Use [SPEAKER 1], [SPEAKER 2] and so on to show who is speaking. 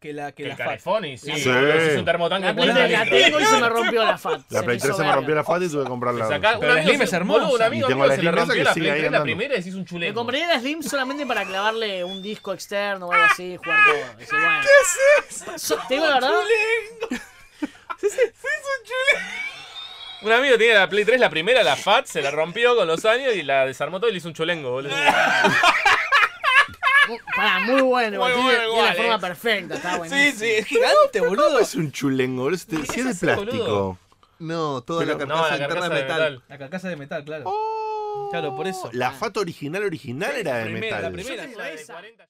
[SPEAKER 1] que la que
[SPEAKER 2] el
[SPEAKER 1] la FAT.
[SPEAKER 2] Calefoni, sí.
[SPEAKER 3] Sí.
[SPEAKER 2] boludo, si Es un termotanque de
[SPEAKER 3] La Play
[SPEAKER 2] 40
[SPEAKER 3] tres la
[SPEAKER 2] litros.
[SPEAKER 3] tengo y se me rompió la FAT.
[SPEAKER 4] La Play
[SPEAKER 3] me
[SPEAKER 4] 3
[SPEAKER 3] hizo
[SPEAKER 4] se me rompió
[SPEAKER 3] verga.
[SPEAKER 4] la FAT y tuve que comprar
[SPEAKER 2] Te
[SPEAKER 4] la.
[SPEAKER 2] sacás-
[SPEAKER 1] Pero la
[SPEAKER 2] amigo
[SPEAKER 1] Slim es
[SPEAKER 2] se-
[SPEAKER 1] hermosa.
[SPEAKER 2] boludo, Un amigo
[SPEAKER 4] Y tengo la
[SPEAKER 2] mío se le
[SPEAKER 4] Slim esa
[SPEAKER 2] rompió
[SPEAKER 4] que
[SPEAKER 2] la
[SPEAKER 4] sigue
[SPEAKER 2] Play
[SPEAKER 4] ahí
[SPEAKER 2] 3, la
[SPEAKER 4] andando.
[SPEAKER 2] primera y se hizo un chuleco.
[SPEAKER 3] Me compré la Slim solamente para clavarle un disco externo o algo así y jugar todo. Dice, bueno. So- te digo la verdad,
[SPEAKER 2] Un amigo tenía la Play 3, la primera, la FAT, se la rompió con los años y la desarmó todo y le hizo un chulengo, boludo.
[SPEAKER 3] mu- pará, muy bueno.
[SPEAKER 1] Muy
[SPEAKER 3] igual, tiene,
[SPEAKER 1] bueno
[SPEAKER 3] tiene
[SPEAKER 1] igual,
[SPEAKER 3] la forma
[SPEAKER 1] eh.
[SPEAKER 3] perfecta, está bueno.
[SPEAKER 1] Sí, sí, es gigante, boludo.
[SPEAKER 4] Es un chulengo, boludo. Si es de
[SPEAKER 2] así,
[SPEAKER 4] plástico.
[SPEAKER 2] boludo.
[SPEAKER 5] No, toda la
[SPEAKER 2] No,
[SPEAKER 5] carcasa
[SPEAKER 2] la
[SPEAKER 5] interna
[SPEAKER 2] carcasa
[SPEAKER 5] es metal.
[SPEAKER 1] La carcasa de metal, claro. Claro, por eso.
[SPEAKER 4] La FAT original original era de
[SPEAKER 1] Primera, la
[SPEAKER 4] metal.
[SPEAKER 1] primera.
[SPEAKER 3] Yo tengo esa.